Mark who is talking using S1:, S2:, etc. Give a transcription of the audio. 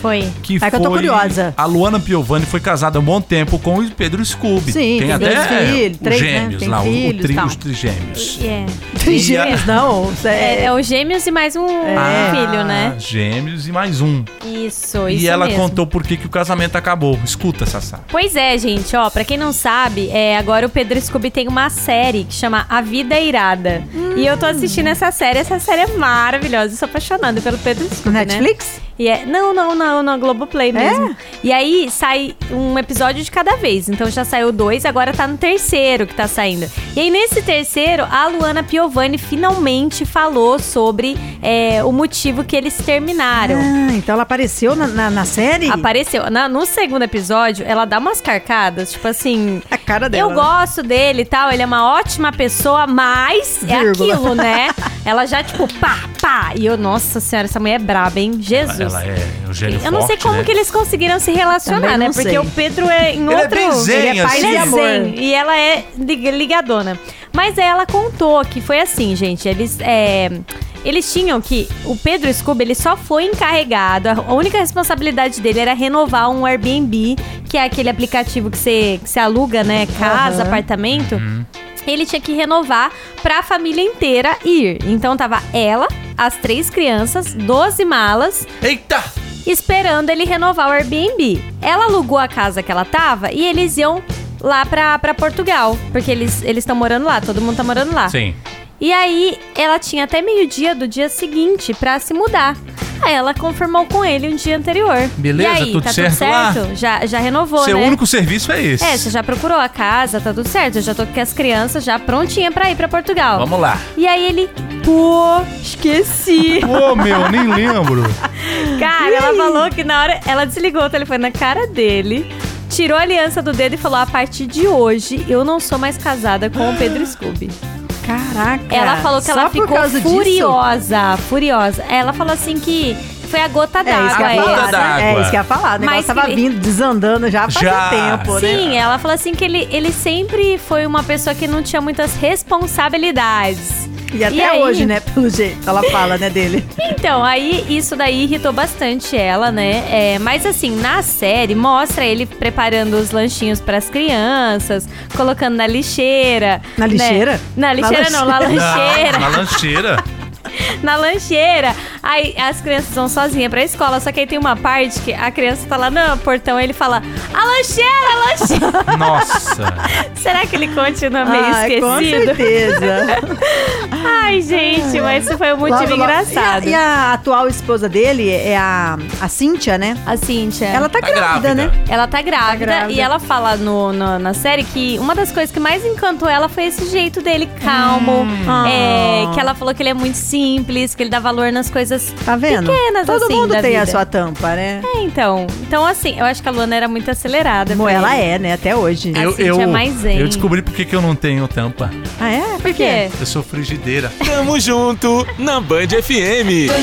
S1: foi?
S2: Que
S1: Vai que
S2: foi
S1: eu tô curiosa.
S2: A Luana Piovani foi casada há um bom tempo com o Pedro Scooby.
S1: Sim,
S2: tem
S1: tem
S2: até
S1: dois filhos,
S2: os
S1: três, né?
S2: gêmeos
S1: Tem
S2: lá, o- o,
S1: filhos,
S2: tri,
S1: tal.
S2: os trigêmeos.
S3: É.
S1: Tem gêmeos, não. Isso
S3: É,
S1: É,
S3: é o gêmeos e mais um
S1: É.
S3: filho, né?
S2: Ah, Gêmeos e mais um.
S3: Isso, isso
S2: e ela
S3: mesmo.
S2: contou por que que o casamento acabou. Escuta, Sassá.
S3: Pois é, gente, ó, pra quem não sabe, é, agora o Pedro Scooby tem uma série que chama A Vida é Irada. E
S1: Hum.
S3: eu tô assistindo essa série, essa série é maravilhosa, eu sou apaixonada pelo Pedro Scooby, né?
S1: Netflix?
S3: E é, não, não, não, na
S1: É?
S3: Globoplay mesmo. E aí sai um episódio de cada vez. Então já saiu dois, agora tá no terceiro que tá saindo. E aí nesse terceiro, a Luana Piovani finalmente falou sobre é, o motivo que eles terminaram.
S1: Ah, então ela apareceu na, na, na série?
S3: Apareceu. Na- no segundo episódio, ela dá umas carcadas, tipo assim.
S1: A cara dela. né?
S3: Eu gosto dele e tal, ele é uma ótima pessoa, mas é
S1: Vírgula.
S3: aquilo, né? Ela já, tipo, pá, pá. E eu, nossa senhora, essa mulher é braba, hein? Jesus.
S2: Ela é o gênio
S3: Eu não sei
S2: forte,
S3: como
S2: né?
S3: que eles conseguiram se relacionar,
S1: Também
S3: né?
S1: não
S3: Porque
S1: sei.
S3: o Pedro é em
S2: Ele é
S3: outro.
S2: bem zen,
S3: ele é paz
S2: assim.
S3: e amor.
S1: Zen.
S3: E ela é lig- ligadona. Mas ela contou que foi assim, gente. Eles. é, eles tinham que. O Pedro Scooby, ele só foi encarregado. A única responsabilidade dele era renovar um Airbnb, que é aquele aplicativo que você, que você aluga, né? Casa,
S1: Aham.
S3: apartamento.
S2: Uhum.
S3: Ele tinha que renovar pra família inteira ir. Então tava ela, as três crianças, 12 malas
S2: Eita!
S3: esperando ele renovar o Airbnb. Ela alugou a casa que ela tava e eles iam lá pra, pra Portugal, porque eles eles estão morando lá, todo mundo tá morando lá.
S2: Sim.
S3: E aí ela tinha até meio-dia do dia seguinte pra se mudar. Aí ela confirmou com ele um dia anterior.
S2: Beleza,
S3: e aí,
S2: tudo
S3: tá
S2: certo lá?
S3: tudo certo? Já, já renovou,
S2: Seu
S3: né?
S2: único serviço é esse.
S3: É, você já procurou a casa, tá tudo certo. Eu já tô com as crianças já prontinha pra ir pra Portugal.
S2: Vamos lá.
S3: E aí ele, pô, esqueci.
S2: Ô, meu, nem lembro.
S3: Cara, ela falou que na hora ela desligou o telefone na cara dele, tirou a aliança do dedo e falou: a partir de hoje eu não sou mais casada com o Pedro Scooby.
S1: Caraca.
S3: Ela falou que
S1: só
S3: ela
S1: por
S3: ficou
S1: causa disso?
S3: furiosa, furiosa. Ela falou assim que foi a gota
S1: É isso que
S3: d'água.
S1: eu ia
S2: A gota
S1: falar.
S3: essa.
S2: d'água.
S1: né? É isso que eu ia falar. O negócio
S3: Mas
S1: tava
S3: ele-
S1: vindo, desandando já faz
S2: Já.
S1: um tempo, né?
S3: Sim, ela falou assim que ele, ele sempre foi uma pessoa que não tinha muitas responsabilidades.
S1: E até
S3: aí-
S1: hoje, né? Pelo jeito. Ela fala, né, dele.
S3: Então, aí isso daí irritou bastante ela, né? É, mas assim, na série mostra ele preparando os lanchinhos pras crianças, colocando na lixeira.
S1: Na
S3: né?
S1: lixeira?
S3: Na lixeira não, na lancheira.
S2: Na lancheira.
S3: na lancheira. Aí as crianças vão sozinhas pra escola, só que aí tem uma parte que a criança tá lá no portão, ele fala: "A lancheira, a lancheira".
S2: Nossa.
S3: Será que ele continua Tá meio
S1: Ai, Ah, Com
S3: esquecido?
S1: certeza.
S3: Ai, gente, mas isso foi um motivo
S1: Logo, logo-
S3: engraçado.
S1: E a, e a atual esposa dele é a, a Cíntia, né?
S3: a Cíntia.
S1: Ela tá,
S2: Tá grávida.
S1: grávida, né?
S3: Ela tá grávida,
S1: grávida.
S3: e ela fala no, no- na série que uma das coisas que mais encantou ela foi esse jeito dele calmo. é,
S1: Ah.
S3: que ela falou que ele é muito simples, que ele dá valor nas coisas.
S1: Tá vendo?
S3: Pequenas,
S1: Todo
S3: assim,
S1: mundo
S3: da
S1: tem a
S3: vida.
S1: sua tampa, né?
S3: É, então. Então, assim, eu acho que a Luana era muito acelerada.
S1: Como
S3: pra
S1: ela
S3: ele.
S1: é, né? Até hoje.
S3: A Cintia é mais zen.
S2: eu descobri por que que eu não tenho tampa.
S1: Ah, é?
S3: Por quê?
S2: Eu sou frigideira.
S4: Tamo junto na Band FM.